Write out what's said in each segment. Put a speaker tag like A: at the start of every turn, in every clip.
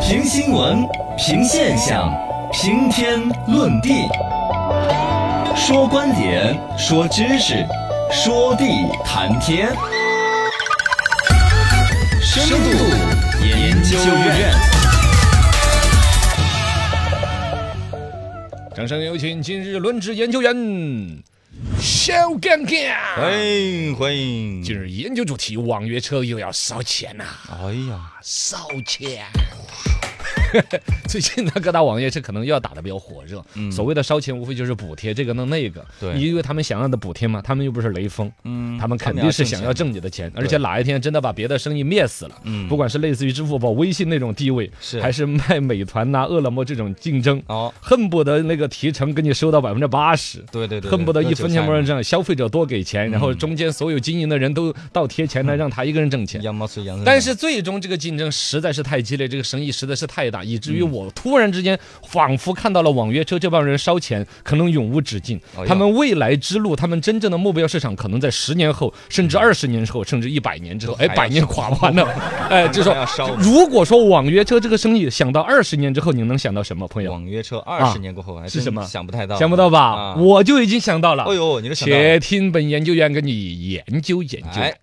A: 评新闻，评现象，评天论地，说观点，说知识，说地谈天。深度研究院，
B: 掌声有请今日轮值研究员肖干干。
A: 欢迎哎欢迎。
B: 今日研究主题：网约车又要烧钱呐、
A: 哎呀，
B: 烧钱！ 最近呢，各大网约车可能又要打得比较火热。所谓的烧钱，无非就是补贴这个弄那个。
A: 嗯对
B: 你以为他们想要的补贴吗？他们又不是雷锋，
A: 嗯
B: 他们肯定是想要挣你的钱，而且哪一天真的把别的生意灭死了，
A: 嗯
B: 不管是类似于支付宝、微信那种地位，
A: 是
B: 还是卖美团呐、饿了么这种竞争，
A: 哦，
B: 恨不得那个提成给你收到百分之八十。
A: 对对对，
B: 恨不得一
A: 割韭
B: 分钱
A: 菜
B: 不让
A: 嘛，
B: 挣，消费者多给钱，
A: 嗯
B: 然后中间所有经营的人都倒贴钱来让他一个人挣钱。
A: 羊毛出羊身上。
B: 但是最终这个竞争实在是太激烈，这个生意实在是太大，以至
A: 嗯
B: 于我突然之间仿佛看到了网约车这帮人烧钱可能永无止境
A: 哎呦。
B: 他们未来之路，他们真正的目标市场可能在十年后，甚
A: 嗯
B: 至二十年后，甚至一百年之后。
A: 还
B: 哎，
A: 要
B: 百年垮不完 了。哎，就
A: 还要烧
B: 说如果说网约车这个生意想到二十年之后，你能想到什么，朋友？
A: 网约车二十年过后还
B: 啊是
A: 真
B: 什么
A: 想不太到，
B: 想不到吧
A: 啊？
B: 我就已经想到了。
A: 哎呦，你都想到了
B: 且听本研究员给你研究研究。
A: 哎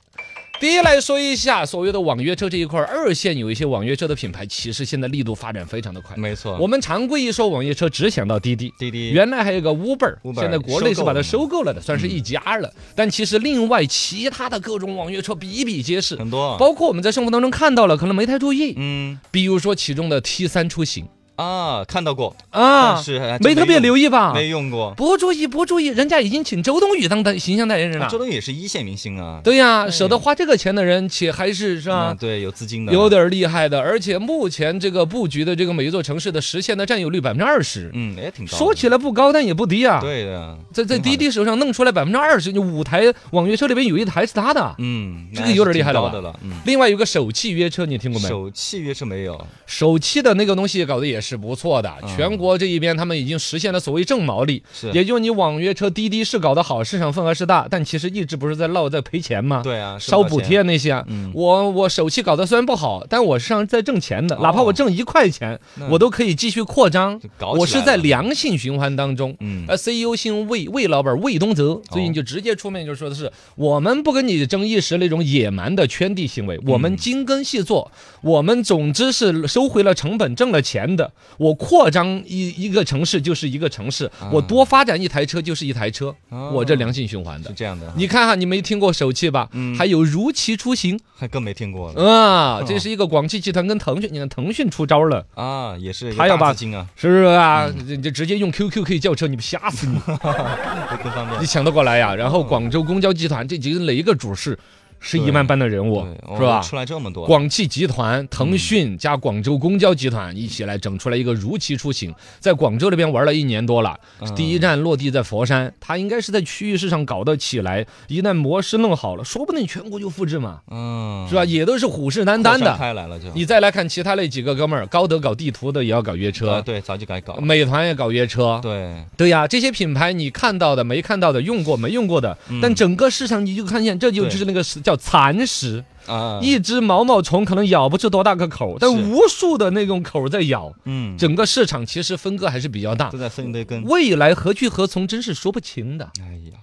B: 第一来说一下所谓的网约车这一块儿，二线有一些网约车的品牌，其实现在力度发展非常的快。
A: 没错，
B: 我们常规一说网约车，只想到滴滴。
A: 滴滴
B: 原来还有个 Uber，
A: Uber，
B: 现在国内是把它
A: 收
B: 收购了的，算是一家
A: 嗯
B: 了。但其实另外其他的各种网约车比比皆是，
A: 很多，
B: 包括我们在生活当中看到了，可能没太注意。
A: 嗯
B: 比如说其中的 T 三出行
A: 啊，看到过，
B: 啊
A: 但，是还真
B: 没特别
A: 用
B: 留意啊吧？
A: 没用过。
B: 不注意，不注意，人家已经请周冬雨当代形象代言人了
A: 啊周。冬雨也是一线明星啊，
B: 啊对呀，舍得花这个钱的人，且还是是
A: 啊，
B: 吧？
A: 对，有资金的，
B: 有，点厉害的，而且目前这个布局的这个每一座城市的实现的占有率百分之二十，
A: 嗯，也挺高的。
B: 说起来不高，但也不低啊。
A: 对的，
B: 在在滴滴手上弄出来百分之二十，就五台网约车里边有一台是他的。
A: 嗯，
B: 这个有点厉害了
A: 了
B: 吧
A: 的了，嗯，
B: 另外有个手气约车，你听过没？
A: 手契约是没有，
B: 手气的那个东西搞得也是不错的，
A: 嗯
B: 全国这一边他们已经实现了所谓正毛利，
A: 是
B: 也就是你网约车滴滴是搞得好，市场份额是大，但其实一直不是在闹在赔钱吗？
A: 对啊，
B: 烧
A: 收不到
B: 补
A: 钱
B: 贴，那些啊，
A: 嗯
B: 我我手气搞得虽然不好，但我是上在挣钱
A: 哦
B: 的，哪怕我挣一块钱，
A: 那
B: 我都可以继续扩张
A: 就。嗯搞起来了
B: 我是在呃良性循环当中。
A: 嗯哦
B: 而 CEO 姓魏，魏老板魏东泽最近就直接出面就说的是，我们不跟你争一时那种野蛮的圈地行
A: 嗯
B: 为，我们精耕细作，我们总之是收回了成本，挣了钱的。我扩张一一个城市就是一个城市，
A: 啊
B: 我多发展一台车就是一台车，
A: 哦
B: 我这良性循环的
A: 是。这样的，
B: 你看哈，你没听过手气吧？
A: 嗯
B: 还有如期出行
A: 还更没听过了
B: 啊，这是一个广汽集团跟腾讯，你看腾讯出招了，
A: 啊，也是一个
B: 还有
A: 大
B: 吧
A: 资金啊，
B: 是不是啊？你就直接用 QQ 可以叫车，你不吓死 你？
A: 会更方便
B: 你。想得过来呀？然后广州公交集团这几个哪一个主事是一万般的人物
A: 嗯对，哦
B: 是吧？
A: 出来嗯这么多，
B: 广汽集团、腾讯加广州公交集团一起来整出来一个如期出行，在广州那边玩了一年多了，
A: 嗯
B: 第一站落地在佛山，它应该是在区域市场搞得起来，一旦模式弄好了，说不定全国就复制嘛，
A: 嗯，
B: 是吧？也都是虎视眈眈
A: 扩散
B: 的。
A: 开来了就，
B: 你再来看其他那几个哥们儿，高德搞地图的也要搞约
A: 啊，
B: 车，
A: 对，早就该搞了，
B: 美团也搞约车，
A: 对，
B: 对呀，这些品牌你看到的、没看到的、用过没用过的，但整个市场你就看见，这就
A: 对
B: 就是那个是叫蚕食。
A: 啊，
B: 一只毛毛虫可能咬不出多大个口，但
A: 是
B: 无数的那种口在咬，
A: 嗯，
B: 整个市场其实分割还是比较大
A: 都。在分一堆根，
B: 未来何去何从，真是说不清的。
A: 哎呀，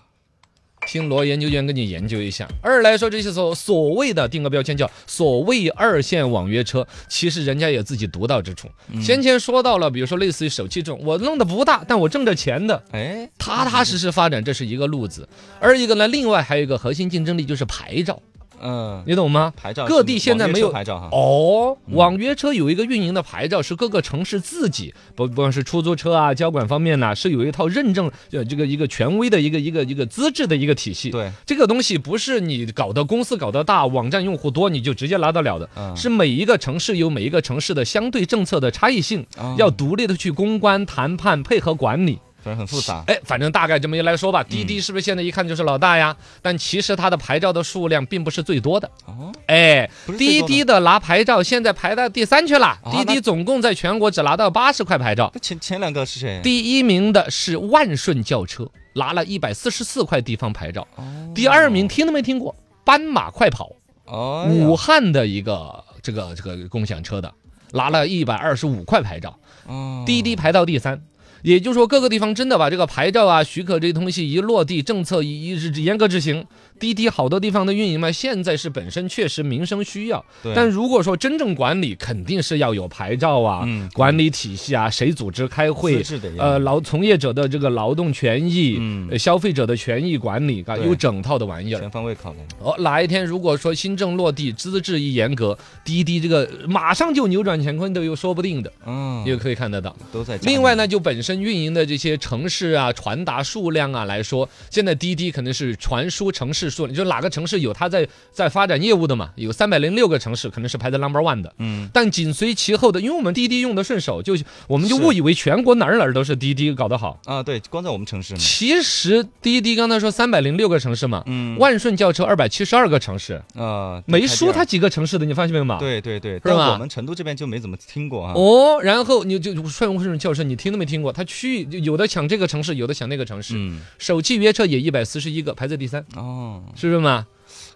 B: 听罗研究员跟你研究一下。二来说这些所所谓的定个标签叫所谓二线网约车，其实人家也自己独到之处。先前说到了，比如说类似于手气这种，我弄的不大，但我挣着钱的，
A: 哎，
B: 踏踏实实发展，这是一个路子。而一个呢，另外还有一个核心竞争力就是牌照，
A: 嗯，
B: 你懂吗？
A: 牌照
B: 各地现在没有
A: 网约车牌照哈，
B: 哦，网约车有一个运营的牌照，是各个城市自己，不不管是出租车啊、交管方面呐、是有一套认证，呃，这个一个权威的一个一个一个资质的一个体系。
A: 对，
B: 这个东西不是你搞的公司搞得大，网站用户多你就直接拿得了的，是每一个城市有每一个城市的相对政策的差异性，
A: 啊
B: 要独立的去公关、谈判、配合管理。
A: 反正很复杂，
B: 哎，反正大概这么一来说
A: 嗯
B: 吧，滴滴是不是现在一看就是老大呀？但其实它的牌照的数量并不是最多的。
A: 哦，
B: 哎
A: 不是，最
B: 滴
A: 多的
B: 滴的拿牌照现在排到第三去了。
A: 啊嗯
B: 滴滴总共在全国只拿到八十块牌照，
A: 那前前两个是谁？
B: 第一名的是万顺轿车，拿了一百四十四块地方牌照。
A: 哦
B: 第二名听都没听过，斑马快跑，
C: 哎
A: 哦，
B: 武汉的一个这个这个共享车的。拿了一百二十五块牌照，
C: 哦，
B: 滴滴排到第三。也就是说，各个地方真的把这个牌照啊、许可这些东西一落地，政策一一直严格执行。滴滴好多地方的运营嘛，现在是本身确实民生需要，
C: 对
B: 但如果说真正管理，肯定是要有牌照啊、
C: 嗯
B: 管理体系啊，谁组织开会
C: 资质得，要
B: 呃，劳从业者的这个劳动权益、
C: 嗯
B: 呃消费者的权益管理，啊，
C: 对
B: 有整套的玩意儿。
C: 全方位考量，
B: 哦，哪一天如果说新政落地，资质一严格，滴滴这个马上就扭转乾坤都有说不定的，
C: 嗯，
B: 也可以看得到。
C: 都在。
B: 另外，呢，就本身运营的这些城市啊、传达数量啊来说，现在滴滴肯定是传输城市数量，就哪个城市有它在在发展业务的嘛，有三百零六个城市可能是排在 number one 的。
C: 嗯，
B: 但紧随其后的，因为我们滴滴用的顺手，就我们就是误以为全国哪儿哪儿都是滴滴搞得好。
C: 啊，对，光在我们城市嘛，
B: 其实滴滴刚才说三百零六个城市嘛，
C: 嗯
B: 万顺轿车二百七十二个城市，
C: 呃，
B: 没输
C: 他。
B: 它几个城市的，你发现没有嘛？。
C: 对对对，
B: 吧
C: 但我们成都这边就没怎么听过啊。
B: 哦，然后你就顺顺轿车，你听都没听过，它区域就有的抢这个城市，有的抢那个城市。
C: 嗯，
B: 首汽约车也一百四十一个，排在第三，
C: 哦，
B: 是不是嘛？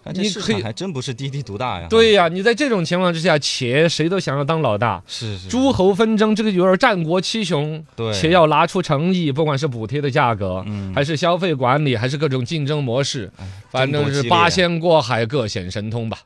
C: 看这
B: 你
C: 市
B: 可
C: 场
B: 以
C: 还真不是滴滴独大呀。，
B: 对呀、你在这种情况之下，且谁都想要当老大，
C: 是是。
B: 诸侯纷争，这个有点战国七雄。
C: 嗯对
B: 且要拿出诚意，不管是补贴的价格，
C: 嗯哎
B: 还是消费管理，还是各种竞争模式，反
C: 争
B: 正
C: 夺
B: 是
C: 激烈啊
B: 八仙过海，各显神通吧。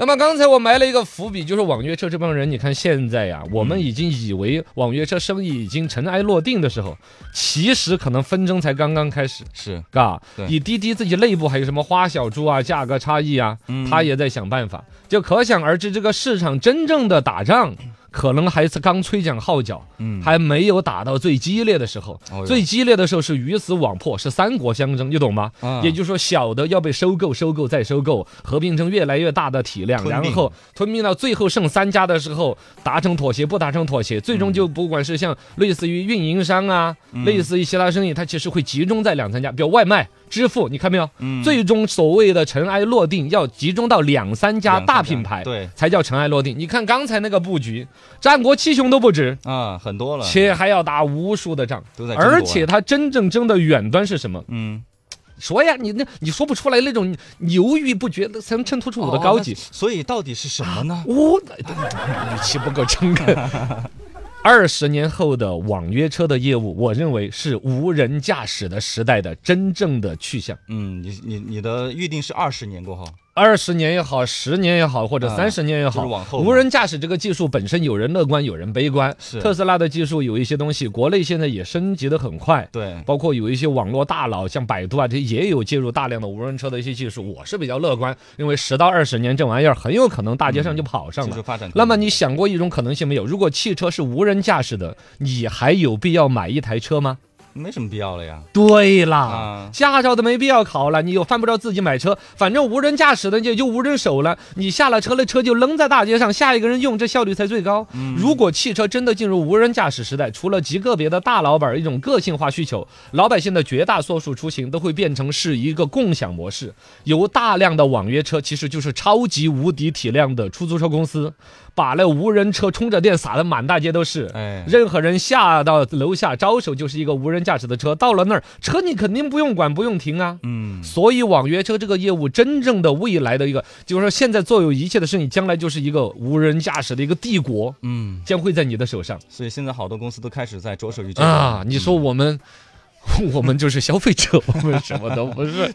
B: 那么刚才我埋了一个伏笔，就是网约车这帮人，你看现在
C: 嗯
B: 呀、我们已经以为网约车生意已经尘埃落定的时候，其实可能纷争才刚刚开始。
C: 是
B: 嘎
C: 对，
B: 啊以滴滴自己内部还有什么花小猪啊、价格差异啊，
C: 嗯
B: 他也在想办法，就可想而知，这个市场真正的打仗，可能还是刚吹响号角，
C: 嗯
B: 还没有打到最激烈的时候
C: 哦哟。
B: 最激烈的时候是鱼死网破，是三国相争，你懂吗？
C: 啊
B: 也就是说，小的要被收购、收购再收购，合并成越来越大的体量，
C: 吞并
B: 然后吞并到最后剩三家的时候，达成妥协不达成妥协，最终就
C: 嗯
B: 不管是像类似于运营商啊，类似于其他生意，它其实会集中在两三家，比如外卖、支付，你看没有？
C: 嗯
B: 最终所谓的尘埃落定，要集中到两三家
C: 两三
B: 大
C: 家
B: 品牌，
C: 对
B: 才叫尘埃落定。你看刚才那个布局，战国七雄都不止，
C: 啊，很多了。
B: 且还要打无数的仗
C: 都在，争夺啊
B: 而且它真正争的远端是什么？
C: 嗯，
B: 说呀，你那你说不出来那种犹豫不决，才能衬托出我的
C: 哦
B: 高
C: 那
B: 级。啊
C: 所以到底是什么呢？
B: 我语气不够诚恳。 二十年后的网约车的业务，我认为是无人驾驶的时代的真正的去向。
C: 嗯，你你你的预定是二十年过后，
B: 二十年也好，十年也好，或者
C: 啊
B: 三十年也好，
C: 就是往后嘛
B: 无人驾驶这个技术本身，有人乐观，有人悲观。
C: 是
B: 特斯拉的技术有一些东西，国内现在也升级的很快。
C: 对，
B: 包括有一些网络大佬，像百度啊，这些也有介入大量的无人车的一些技术。我是比较乐观，因为十到二十年这玩意儿很有可能大街上就跑上
C: 技
B: 了。
C: 术发展。
B: 那么你想过一种可能性没有？如果汽车是无人驾驶的，你还有必要买一台车吗？
C: 没什么必要了呀。
B: 对啦，
C: 啊
B: 驾照都没必要考了，你又犯不着自己买车，反正无人驾驶的就就无人手了，你下了车那车就扔在大街上，下一个人用，这效率才最高。如果汽车真的进入无人驾驶时代，除了极个别的大老板一种个性化需求，老百姓的绝大多数出行都会变成是一个共享模式，由大量的网约车，其实就是超级无敌体量的出租车公司，把那无人车充着电撒的满大街都是。
C: 哎，
B: 任何人下到楼下招手就是一个无人驾驶的车，到了那儿车你肯定不用管不用停啊。
C: 嗯，
B: 所以网约车这个业务真正的未来的一个，就是说现在做有一切的生意，将来就是一个无人驾驶的一个帝国，
C: 嗯，
B: 将会在你的手上
C: 所以现在好多公司都开始
B: 啊
C: 在着手于这个
B: 啊！你说我们，我们就是消费者，我们什么都不是。